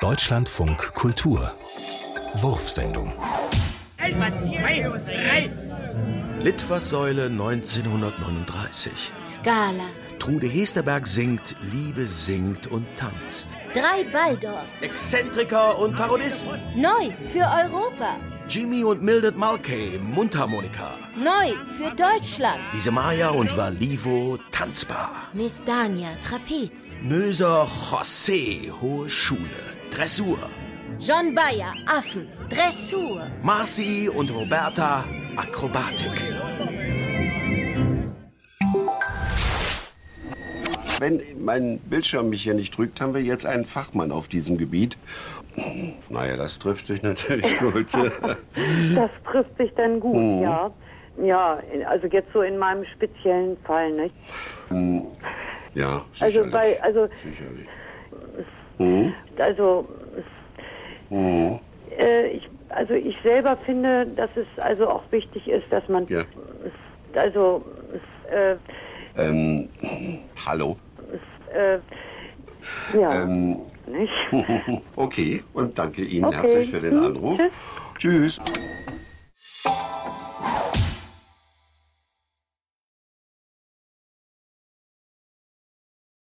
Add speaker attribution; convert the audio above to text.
Speaker 1: Deutschlandfunk Kultur. Wurfsendung.
Speaker 2: Litfaßsäule 1939.
Speaker 3: Skala.
Speaker 2: Trude Hesterberg singt, Liebe singt und tanzt.
Speaker 3: Drei Baldors.
Speaker 2: Exzentriker und Parodisten.
Speaker 3: Neu für Europa.
Speaker 2: Jimmy und Mildred Mulcahy, Mundharmonika.
Speaker 3: Neu für Deutschland.
Speaker 2: Diese Maya und Valivo, tanzbar.
Speaker 3: Miss Dania, Trapez.
Speaker 2: Möser José, Hohe Schule, Dressur.
Speaker 3: John Bayer, Affen. Dressur.
Speaker 2: Marci und Roberta, Akrobatik.
Speaker 4: Wenn mein Bildschirm mich hier nicht drückt, haben wir jetzt einen Fachmann auf diesem Gebiet. Naja, das trifft sich natürlich gut.
Speaker 5: Das trifft sich dann gut,
Speaker 4: Mhm.
Speaker 5: ja. Ja, in- also jetzt so in meinem speziellen Fall, nicht?
Speaker 4: ja, sicherlich.
Speaker 5: Also bei, also,
Speaker 4: sicherlich. Hm,
Speaker 5: also, äh, ich, also ich selber finde, dass es also auch wichtig ist, dass man,
Speaker 4: Ja.
Speaker 5: also, äh,
Speaker 4: Ähm, hallo.
Speaker 5: äh, ja,
Speaker 4: Ähm,
Speaker 5: nicht?
Speaker 4: okay, und danke Ihnen
Speaker 5: Okay.
Speaker 4: herzlich für den
Speaker 5: Hm,
Speaker 4: Anruf.
Speaker 5: tschüss.
Speaker 4: Tschüss.